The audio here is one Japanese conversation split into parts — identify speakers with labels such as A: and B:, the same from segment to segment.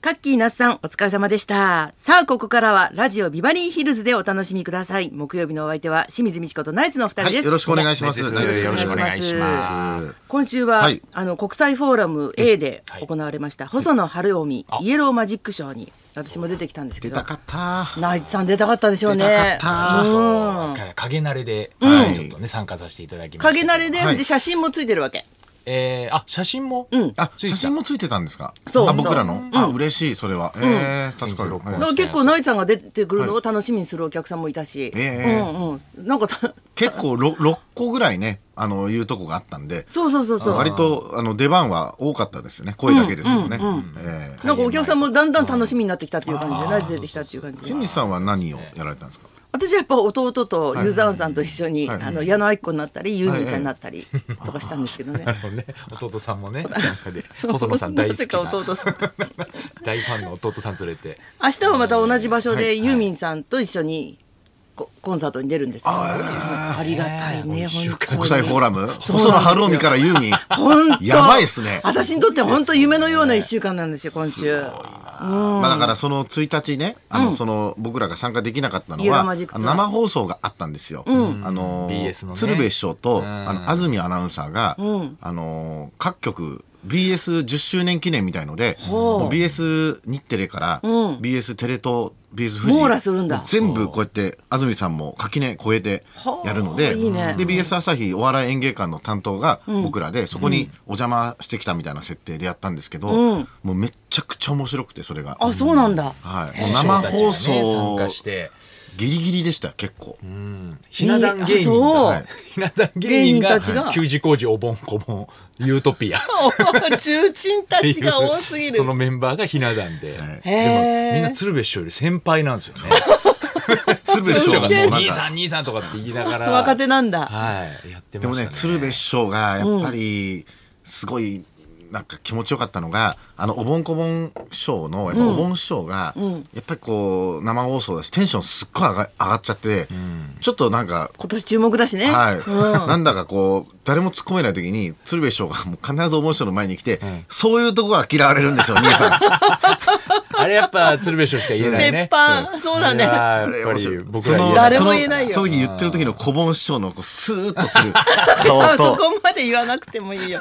A: カッキーなっさん、お疲れ様でした。さあ、ここからは、ラジオビバリーヒルズでお楽しみください。木曜日のお相手は、清水美智子とナイツのお二人
B: は
A: で
B: い、
A: す。
B: よろしくお願いします。
C: よ
B: ナイツです
C: ろしくお願いします。
A: 今週は、
B: はい
A: あの国際フォーラム A で行われました、細野晴臣イエローマジックショーに私も出てきたんですけ
B: 出
A: ど
B: たかった。
A: ナイツさん出たかったでしょうね
B: 出たかった
A: うん
C: 影慣れで、ちょっとね参加させていただきまし
A: 影
C: た
A: 慣れで,、
B: はい
A: で写真もついてるわけ
C: えーあ写真も、
A: うん
B: あ、写真もついてたんですか。
A: そう
B: あ、僕らの。
A: そう
B: あ、
A: うん
B: 嬉しい、それは。ええ、助かる。
C: うん
A: だか
B: は
A: ら
B: い
A: 結構ナイツさんが出てくるのを楽しみにするお客さんもいたし、
B: ええ
A: うんうん、なんかた
B: 結構ろ六個ぐらいね、あの、いうとこがあったんで。
A: そうそうそうそう
B: 割と、あの、出番は多かったですよね。声だけですよね。ええ
A: なんかお客さんもだんだん楽しみになってきたっていう感じでナイツ出てきたっていう感じで
B: 清水さんは何をやられたんですか。
A: 私はやっぱ弟とユーザーンさんと一緒に、
B: はい
A: あの矢野愛子になったりユーミンさんになったりとかしたんですけどね。
C: ね、弟さん もね、なんかで 細野さん大好
A: なぜ
C: き
A: か
C: な
A: 弟さん
C: 大ファンの弟さん連れて、
A: 明日はまた同じ場所
B: は
A: で
B: い
A: ユーミンさんと一緒にココンサートに出るんですよ。ありがたいね、
C: えー
A: 本当に
B: 国際フォーラム。
A: そう
B: 細野晴臣からユーミン。
A: 本当
B: やばいっすね
A: 私にとって本当夢のような一週間なんですよ、今週。
B: まあだからその1日ね、あのその僕らが参加できなかったの
A: ユーロ
B: は、
A: マジック
B: あ
A: ツ
B: の
A: アー
B: 生放送があったんですよ。あの
C: BS のね
B: 鶴瓶師匠と
C: ん
B: あの安住アナウンサーが、あの各局 BS10 周年記念みたいので、もう BS 日テレから、BS テレ東 BS 富士
A: 網羅するんだ
B: 全部こうやって安住さんも垣根越えてやるの
A: はあ
B: で
A: いいね
B: で BS 朝日お笑い演芸館の担当が僕らで、そこにお邪魔してきたみたいな設定でやったんですけど、
A: うん
B: もうめちゃくちゃ面白くてそれが。
A: あ、そうなんだ。
B: はい、もう生放
C: 師匠たちがね参
B: 送、
C: 加して、
B: ギリギリでしたよ結構、
C: うん、ひな壇芸
A: あ
C: 人が、
A: そう
B: はい
C: ひな壇芸人
A: 芸人
C: が
A: たちが
C: 給仕工事お盆こぼんユートピア。
A: 重鎮た
C: っていう
A: ちが多すぎる
C: そ。のメンバーがひな壇で、
B: はい
A: へ
C: で
A: ー
C: もみんな鶴瓶師匠より先輩なんです よね
B: 鶴瓶師匠がもうなん
C: 兄
B: か
C: さん兄さんとかって言いながら
A: 若手なんだ。
C: はいやってましたね
B: でもね鶴瓶師匠がやっぱりすごいなんか気持ちよかったのがあのおぼんこぼん師匠のやっぱおぼん師匠がやっぱりこう生放送だしテンションすっごい上が上がっちゃって、ちょっとなんか
A: 今年注目だしね。
B: はい、
A: うん
B: なんだかこう誰も突っ込めない時に鶴瓶師匠がもう必ずおぼん師匠の前に来て、そういうとこが嫌われるんですよ兄さん
C: あれやっぱ鶴瓶師匠しか言えない
A: 鉄
C: ね
A: 板、そうだね。
C: あれはやっぱり僕ら言えない
A: 誰も言えないよ
B: その時言ってる時の小盆師匠のこうスーッとする顔
A: あそ
B: と。
A: こまで言わなくても いいよ。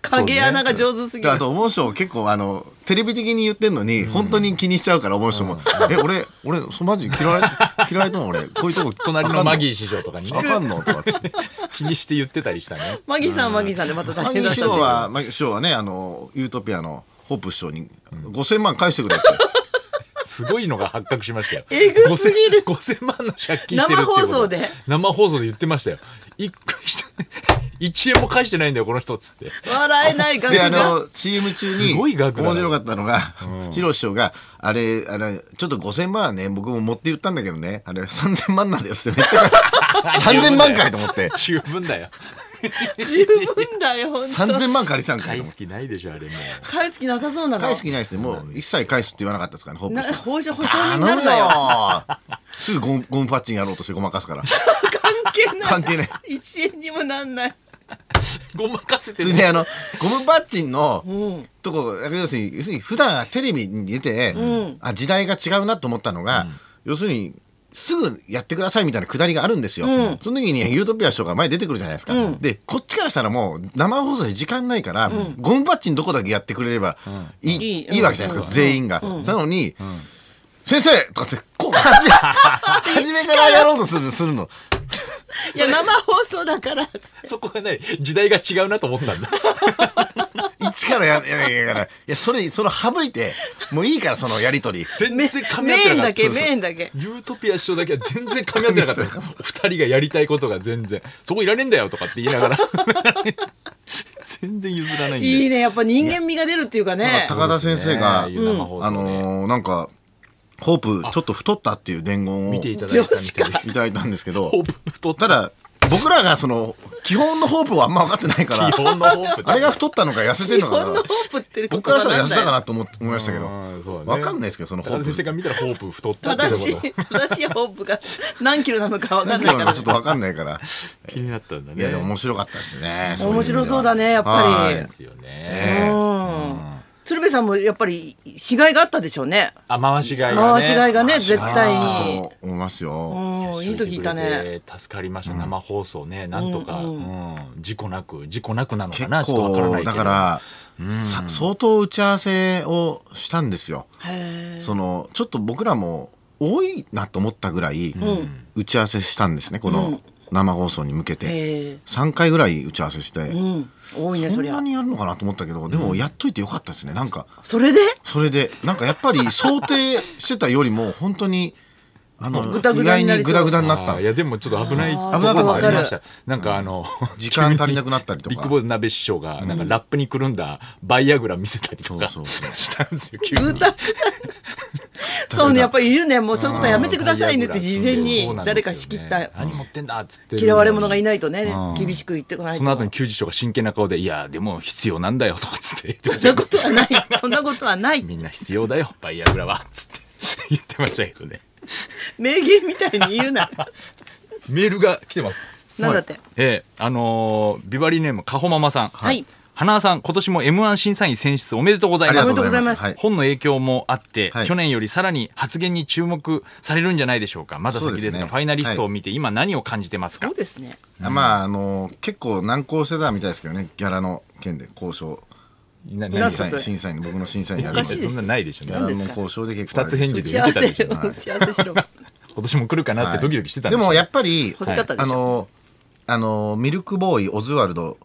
A: 影穴が上手すぎ
B: で
A: る。
B: あと、おぼん師匠結構、あの、テレビ的に言ってんのに、本当に気にしちゃうから、おぼん師匠も、え、俺、俺、そマジ嫌われ、嫌われたの俺、こういうとこ、
C: 隣のマギー師匠とかに
B: わ
C: ね
B: かんのとかっつって。
C: 気にして言ってたりしたね
A: マギさんはマギさんでまた大
B: マギ
A: 変だ
B: ー
A: っ
B: 師
A: たんだけ
B: 匠
A: ど
B: は、マギー師匠はね、あの、ユートピアのホープ師匠に、5000万返してくれって。
C: すごいのが発覚しましたよ
A: えぐすぎる
C: 5000万の借金してるっていうこと
A: 生放送で
C: 生放送で言ってましたよ一回 した1円も返してないんだよこの人っつって
A: 笑えない楽
B: で、あ
A: 器が。
B: の、CM 中
C: すごい
B: に、面
C: 額だな
B: 白かったのが、ヒロ師匠が、あれ、あれ、ちょっと5000万はね、僕も持って言ったんだけどね、あれ、3000万なんだよって、めっちゃ、3000万 回と思って。
C: 十分だよ
A: 十分だよ、本当。
B: 3000万借りてたんかい
C: 大
B: と
C: 好
B: 思って
C: きないでしょあれもう
A: 返す気なさそうなの。
B: 返す気ないですねもう一切返すって言わなかったですからねホープ
A: な
B: 師匠
A: 保証保証人になるな
B: 頼
A: よ。
B: むよすぐゴムゴムパッチンやろうとしてごまかすから
A: 関係ない。
B: 関係ない
A: 一円にもなんない。
C: ごまかせて
B: そ
C: る
B: れであのゴムパッチンのとこ要するに要するに普段テレビに出て、あ時代が違うなと思ったのが、要するにすぐやってくださいみたいなくだりがあるんですよ、その時にユートピア師匠が前に出てくるじゃないですか、でこっちからしたらもう生放送で時間ないから、ゴムパッチンどこだけやってくれればいい,、
A: いいうん
B: いいわけじゃないですか、全員が、なのに、先生とかってこう 初め初めからやろうとするするの
A: いや、生放送だから。つって
C: そこがね時代が違うなと思ったんだ
B: 一からや やややからいやそれそれ省いてもういいからそのやりとり
C: 全然噛み合っ
A: メ
C: て
A: イン
C: なか
A: だ
C: った
A: け、メインだけ。
C: ユートピア師匠だけは全然噛み合ってなかった。お二人がやりたいことが全然、そこいらねえんだよとかって言いながら。 全然譲らないんで。
A: いいね、やっぱ人間味が出るっていうかね。
B: 高田先生が、
C: そうですね生放
B: あ
C: 送ね
B: のーなんかホープちょっと太ったっていう伝言を
C: 見てい
B: い
C: ただいたみたいで。
B: ただいたんですけど
C: ホープ太った
B: だ僕らがその基本のホープはあんま分かってないから
C: 基本のホープだ
B: あれが太ったのか痩せてる
A: 日
B: のか
A: 本の
B: な
A: ホープっていう言
B: 僕から
A: 葉
B: したら
A: な
B: 痩
A: ん
B: せ
A: だ
B: たか
A: よ。
B: なと思って思いましたけど
C: うんそうだね
B: 分かんないですけどそのホ
C: 高
B: ー
C: 田先生
B: プ
C: が見たらホープ太ったって
A: 正し
C: いう
A: い
C: こ、
A: 正しいホープが何キロなのかわかん
B: 何
A: ないか
B: なの
A: ら
B: かちょ。っと分かんないから
C: と。気になったんだね。
B: いやでも面白かったですね
A: 面白そうだ
B: ね
A: ね、やっぱ
B: は
A: り
B: い
C: で。すよ
A: う
C: ね。
A: ん鶴瓶さんもやっぱりしがいがあったでしょうね
C: あ回しがいがね
A: 回しがいがね
B: 回し
A: 絶
B: がい
A: 対
B: ある
A: に
B: と思いますよ。
A: うんいいと聞いたね
C: 助かりました生放送ねなんとかうん事故なく事故なくなのか
B: 結
C: なちょっとわからない
B: 構
C: けど
B: だからさ相当打ち合わせをしたんですよ。
A: へ
B: そのちょっと僕らも多いなと思ったぐらい打ち合わせしたんですねこの生放送に向け
A: え
B: て
A: へえ
B: 3回ぐらい打ち合わせして
A: うん多いね
B: そ
A: そ
B: ん
A: り
B: な
A: ゃ
B: にやるのかなと思ったけどでもやっといてよかったですねなんか
A: それで
B: それでなんかやっぱり想定してたよりも本当にあの
A: ぐだぐ
B: 意
A: だ
B: 外
A: になり
B: に
A: そう
B: グダグダになったん
C: あ
B: です
C: ーい
B: よ
C: やでもちょっと危ない
A: あ
C: と
A: ー
C: ころもありま
A: わ
C: し
A: か
C: たなんかあの
B: 時間足りなくなったりと
C: ビッ
B: か
C: グボス鍋師匠がなんかラップにくるんだバイアグラ見せたりとか
B: そうそ
C: したんですよ急
A: ぐ
C: に
A: だぐだそうねやっぱりいるねもうそういうことはやめてくださいねって事前に
C: そうなんですよ
A: 誰
C: ね
A: か仕切った
C: 何持ってんだっつって
A: 嫌われ者がいないとね
C: うん
A: 厳しく言ってこない
C: そ
A: と
C: の後に球児師匠が真剣な顔で「いやでも必要なんだよ」とかっつって 言ってまし
A: そ
C: た
A: んなことはないそんなことはない
C: みんな必要だよバイアグラは」っつって言ってましたけどね
A: 名言みたいに言う な
C: メールが来てます
A: なんだって
C: ええあのービバリーネームかほママさん
A: はい
C: 花輪さん今年も m 1審査員選出おめでとうござい
B: あり
C: ま
B: が
C: す
B: とうござい
A: おめでとうございま
B: ますすはい
C: 本の影響もあって、
B: はい
C: 去年よりさらに発言に注目されるんじゃないでしょうかまだ先ですが
B: そうですね
C: ファイナリストを見て、今何を感じてますか
A: そうですね
B: あまああの結構難航してたみたいですけどねギャラの件で交渉
C: な
A: な
B: 審
A: んすか
B: 査
A: そ
B: 員
A: れ
B: 審査員僕の審査員や
C: お
B: るの
C: か
A: おかしい
B: で
C: しい
A: です
C: そんなのないでしょ
B: ギャ
C: う
A: な
B: ラ
A: ん
C: ね
A: で
B: の交渉で結構
C: 二つ返事
A: 打
C: で
A: ち
C: 言
A: 合
C: っ
A: わ
C: てた
A: せ
C: でし
A: 打
C: ょはい
A: ち合わせしろ
C: 今年も来るかなってドキドキしてたん
B: で
C: しょ
B: もやっぱり
A: 欲しかったでしょ
B: あのあのミルクボーイオズワルド、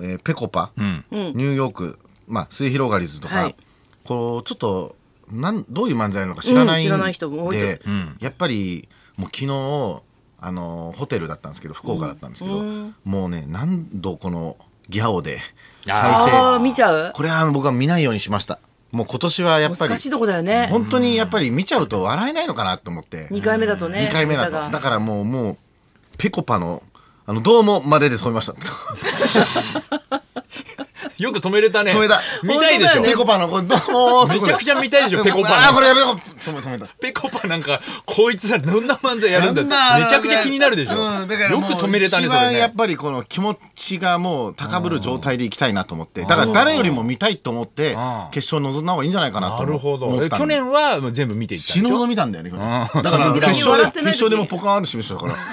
B: えーペコパ、
C: ん
B: ニューヨーク、まあ、末広がりずとか、
A: はい
B: こうちょっとなんどういう漫才なのか知らない
A: うん
B: んで、
A: 知らない人も多いと
B: やっぱりもう昨日あのホテルだったんですけど福岡だったんですけど、もうね何度このギャオで再
A: ああ
B: 生
A: 見ちゃう
B: これは僕は見ないようにしましたもう今年はやっぱり
A: 難しいとこだよね
B: 本当にやっぱり見ちゃうと笑えないのかなと思って
A: 二回目だとね
B: 2回目
A: ネ
B: だ
A: タ
B: と
A: が
B: だからもうもうペコパの「あのどうも」までで止めました
C: よ く止めれた ね
B: 止めた
C: 見たいでし
A: 本
C: ょ、
A: 当だ
B: ペ
A: よね
B: コパのこれどうも
C: めちゃくちゃ見たいでしょペコパの
B: あーこれやめよう止め止めた
C: ぺこぱなんかこいつらどんな漫才やるんだって
B: なんだ
C: めちゃくちゃ気になるでしょ、
B: うんだから
C: よ
B: もう
C: く止めれたね
B: 一
C: それ
B: 番や
C: ね
B: っぱりこの気持ちがもう高ぶる状態でいきたいなと思ってだから誰よりも見たいと思って
C: うん
B: 決勝臨んだ方がいいんじゃないかなと
C: な
B: 思
C: る
B: 思
C: ほ
B: ったん
C: ど
B: で
C: え去年はもう全部見ていったん
B: 死
C: でし
B: ぬ
C: ょ
B: ほど見たんだよね、去年
C: うん
B: だから決
A: そ
B: 勝
A: んなに笑
B: で、
A: って
B: 決
A: ない
B: 勝でもポカーンと示したから。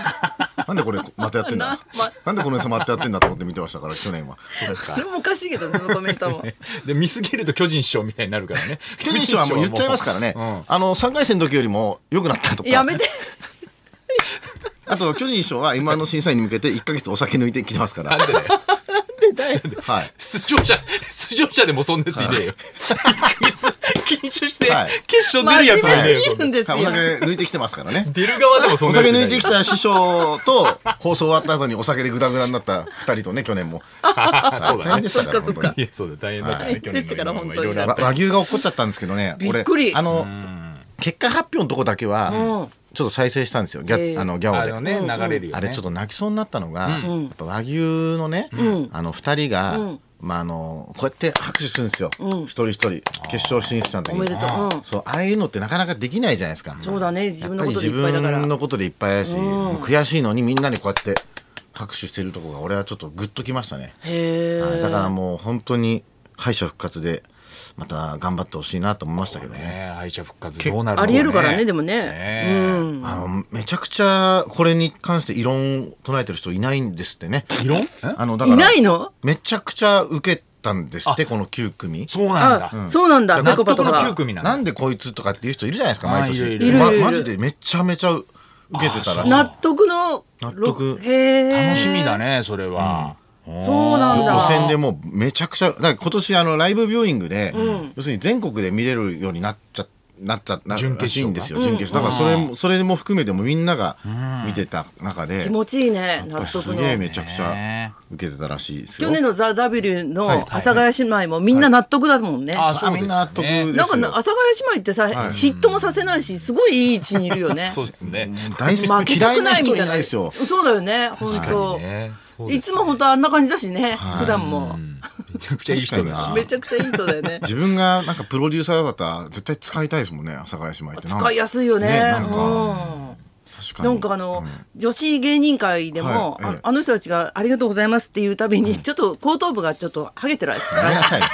B: なんでこれまたや ってんだ
A: なま
B: なんでこのネタまたやってんだと思って見てましたから去年は
A: でもおかしいけ どねそのコメントも
C: で見すぎると巨人師匠みたいになるからね
B: 巨人賞はもう言っちゃいますからね、
C: うん
B: あの3回戦の時よりも良くなったとか
A: やめ て
B: あと巨人賞は m 1の審査員に向けて1か月お酒抜いてきてますから
C: なんでだよ
B: はい
C: 出場者出場者でもそんなやついねえよ、 緊張して
B: はい
C: 決勝出るや
A: 真
C: つもいねえ
A: 面
C: よ
A: 目すぎるんです
B: は
A: よ
B: いお酒抜いてきてますからね
C: 出る側で もそん
B: お
C: なやつ
B: 酒
C: い
B: 抜
C: ない
B: いてきた師匠と放送終わった後にお酒でグダグダになった2人とね去年も
C: そう
B: 大
C: だ
B: 変
C: ね
B: でしたから
A: そっかそっか
B: 本当に
C: いやそうだ大変だった
A: は
C: ね
A: い
C: 去
A: で
C: 年
A: したから
C: の今
A: 本当に
C: いろいろあ
B: わ
C: った
B: 和牛が落っこっちゃったんですけどね
A: びっくり
B: 俺あの結果発表のとこだけはちょっと再生したんですよギャ,、
A: ええ
B: あのギャオ
C: あ
B: であ,、
C: のね流れるよね
B: れちょっと泣きそうになったのが、やっぱ和牛のね、あの2人が、まあ、あのこうやって拍手するんですよ、一人一人決勝進出した時
A: おめでとううん
B: そうああいうのってなかなかできないじゃないですか
A: そうだね自分のことでいっぱ
B: や
A: い
B: ぱり
A: だか
B: 自
A: ら
B: 分のことでいっぱいだし、悔しいのにみんなにこうやって拍手してるとこが俺はちょっとグッときましたね
A: へ
B: はい、だ
A: え
B: からもう本当に敗者復活でまた頑張ってほしいなと思いましたけどね
C: ね敗者復活どうなるの
A: ありえるからねでも
C: ね
A: ね
C: え
A: うん
B: あのめちゃくちゃこれに関して異論を唱えてる人いないんですってね
C: 議論
B: あのだから
A: いないの
B: めちゃくちゃ受けたんですってこの9組
C: そうなんだ、
A: あそうなんだペ
C: 納
A: コパ
C: 得
A: と
C: の9
A: か
C: 組なんだ
B: なんでこいつとかっていう人いるじゃないですか毎年
C: あいるい
A: るいる
B: ま
A: いるいる
B: マジでめちゃめちゃ受けてたらしい
A: 納得の
B: 納得
A: へえ
C: 楽しみだねそれは、
A: そうなんだ
B: 予選でもうめちゃくちゃだから今年あのライブビューイングで、要するに全国で見れるようになっちゃなっちゃな
C: 準決勝が
B: らしいんですよ準決勝だからそれもそれも含めてもみんなが見てた中で、
A: 気持ちいいね
B: やっ
A: 納
B: ぱ
A: 得
B: す
A: の
B: げえめちゃくちゃ受けてたらしいですよ
A: 去年の「ザ・ w の阿佐ヶ谷姉妹もみんな納得だもんね、
C: あ
B: あみんな納得ですよ
A: なんかな阿佐ヶ谷姉妹ってさ、嫉妬もさせないしすごいいい位置にいるよね
C: そうですね。
B: 大好
A: 負け
B: き嫌
A: たく
B: いな
A: ないみ
B: 人い
A: たい
B: な
A: な
B: いですよ
A: そうだよね本当、
C: ねそうです
A: いつも本当あんな感じだしね、普段も、
C: めちゃくちゃいい人
B: 確
C: だ
B: か
C: し
B: に。
A: めちゃくちゃいい人だよね
B: 自分が なんかプロデューサーだったら絶対使いたいですもんね阿佐ヶ谷姉妹ってなんか
A: 使いやすいよね
B: ねなんか
A: うん
B: 確か
A: な
B: に
A: んかあの、女子芸人会でも、
B: はいええ
A: ああの人 たちが「ありがとうございます」っていうたびに、ちょっと後頭部がちょっとハゲてるらしい
B: やめなさいね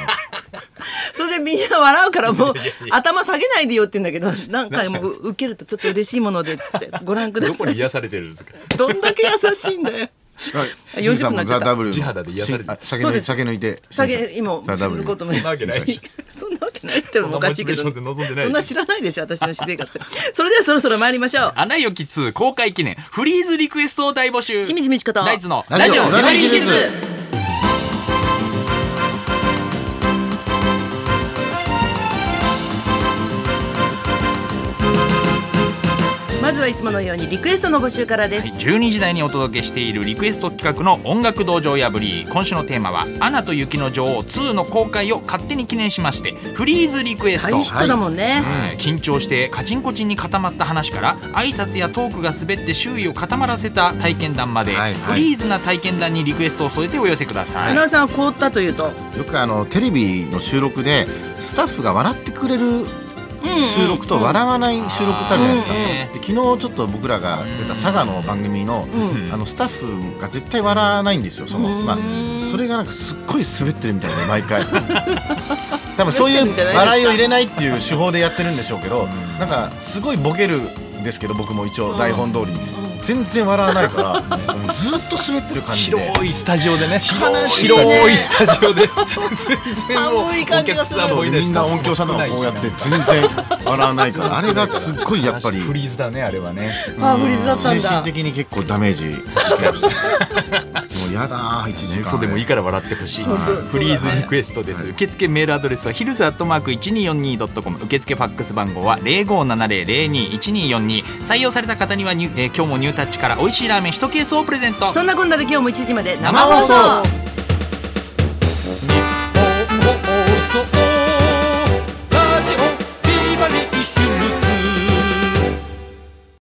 A: それでみんな笑うからもう頭下げないでよって言うんだけど何回 もう受けるとちょっと嬉しいものでっつってご覧くだ
C: どこ
A: さ
C: に
A: い
C: 癒されてるんですか
A: どんだけ優しいんだよ
B: はい、
A: 40
B: 清水さん
A: 分に
B: も
A: な
B: ザ・
A: っちゃ
B: ダ
A: っ
B: ブル
C: 地肌で癒されて
B: あ酒
A: そう
B: 抜
A: で
B: い
A: す
B: 酒抜いて
A: 下げ今
B: ザ・ダブル
A: ることも
B: い
C: そんなわけない
A: そんなわけないってのもおかしいけど
C: そんなモチベーションで望んでない
A: そんな知らないでしょ私の私生活 それではそろそろ参りましょう
C: アナ雪2公開記念フリーズリクエストを大募集
A: 清水美智子と
C: ナイツの
A: ラ
C: ラ
A: ジ
C: ジ
A: オ
C: オ
A: ビ
C: ビ
A: バ
C: バ
A: リ
C: リ
A: ー
C: ー
A: ヒル
C: ヒル
A: ズ
C: ズ
A: まずはいつものようにリクエストの募集からです、
C: 12時台にお届けしているリクエスト企画の音楽道場破り今週のテーマは「アナと雪の女王2」の公開を勝手に記念しましてフリーズリクエスト、
A: 大ヒットだもんね、
C: うん緊張してカチンコチンに固まった話から挨拶やトークが滑って周囲を固まらせた体験談まで、
B: はいはい
C: フリーズな体験談にリクエストを添えてお寄せください、
A: 花輪さんは凍ったというと、
B: よくあのテレビの収録でスタッフが笑ってくれる収録と笑わない収録ってあるじゃないですか、
C: うんうんうん
B: で昨日ちょっと僕らが出た佐賀の番組の,、あのスタッフが絶対笑わないんですよその、まあ、それがなんかすっごい滑ってるみたいな 毎回多分そうい
A: 滑ってるんじゃな
B: う
A: いですか
B: 笑いを入れないっていう手法でやってるんでしょうけど、なんかすごいボケるんですけど僕も一応台本通りに、全然笑わないから、もうずっと滑ってる感じで
C: 広いスタジオでね
B: 広い
C: 広いスタジオで全然もう
A: 寒い感じがする
C: お客さんもいない
B: みんな音響さんとかこうやって全然笑わないからあれがすっごいやっぱり
C: フリーズだねあれはね
A: ああフリーズだったん
B: 精
A: だ
B: 神的に結構ダメージ受け ましたもうやだー1時間
C: 嘘でもいいから笑ってほしいな
A: 本当
C: フリーズリクエストです、受付メールアドレスはヒルズアットマーク 1242.com 受付ファックス番号は0570021242採用された方にはニュ、えー今日もニュータッチから美味しいラーメン1ケースをプレゼント
A: そんなこんなで今日も1時まで生
C: 生
A: 放
C: 放
A: 送
C: 送